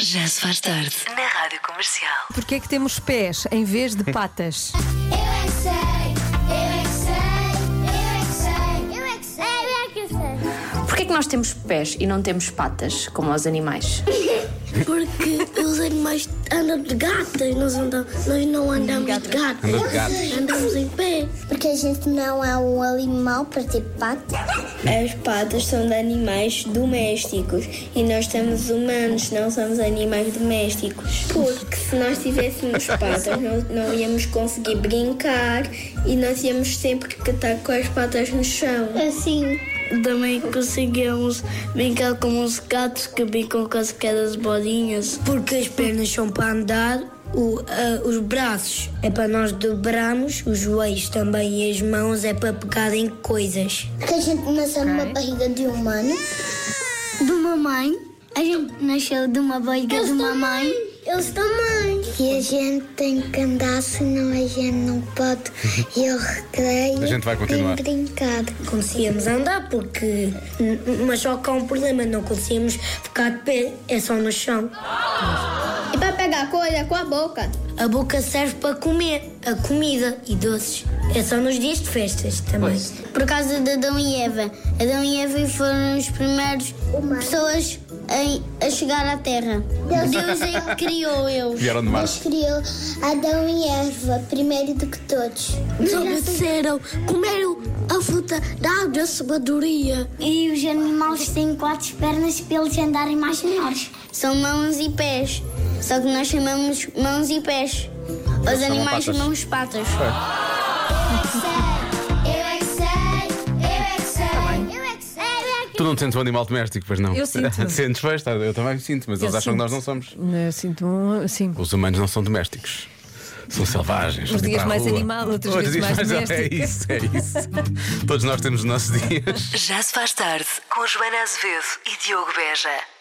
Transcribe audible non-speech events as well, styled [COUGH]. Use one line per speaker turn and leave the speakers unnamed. Já se faz tarde na Rádio Comercial.
Porquê é que temos pés em vez de patas?
Eu é que sei, eu é que sei, eu é que sei, eu é que sei, eu é que sei, eu é que sei.
Porquê é que nós temos pés e não temos patas, como aos animais?
Porque os animais andam de gatas, nós, andam, nós não andamos de gatas.
Andam de gatas.
Andamos em pé.
Porque a gente não é um animal para ter pata.
As patas são de animais domésticos e nós somos humanos, não somos animais domésticos. Porque se nós
[LAUGHS]
tivéssemos patas, não, não íamos conseguir brincar e nós íamos sempre catar com as patas no chão.
Assim.
Também conseguimos brincar com os gatos que brincam com as quedas bolinhas. Porque as pernas são para andar, o- ah, os braços é para nós dobrarmos, os joelhos também e as mãos é para pegar em coisas.
Porque a gente nasceu numa barriga de humano. De uma mãe. A gente nasceu de uma barriga de uma mãe. Eles também. E a gente tem que andar, senão a gente não pode ir ao recreio.
A gente vai continuar.
E brincar.
Conseguíamos andar porque. Mas só que há um problema, não conseguimos ficar de pé, é só no chão.
E para pegar coisa com a boca.
A boca serve para comer a comida e doces. É só nos dias de festas também.
Por causa de Adão e Eva. Adão e Eva foram os primeiros pessoas a, a chegar à Terra. Deus, é que criou eles.
Vieram de Marte.
Deus criou Adão e Eva, primeiro do que todos.
Desobedeceram, comeram a fruta da árvore da sabedoria.
E os animais têm quatro pernas para eles andarem mais menores. São mãos e pés. Só que nós chamamos mãos e pés.
Eles chamam animais patas. chamam-os
patas. Eu é que sei, eu é que sei, eu é que sei, eu é que sei.
Tá Tu não te sentes um animal doméstico, pois não?
Eu sinto.
[LAUGHS] sentes, pois, tá, eu também me sinto, mas
Eu
eles acham que nós
sinto.
não somos.
Eu sinto um, sim.
Os humanos não são domésticos. São selvagens.
Uns
vão
dias
para a
mais
rua.
animal, outros
Outros
dias
[LAUGHS]
mais
É isso,
doméstico.
é isso. Todos nós temos os nossos dias.
Já se faz tarde com Joana Azevedo e Diogo Beja.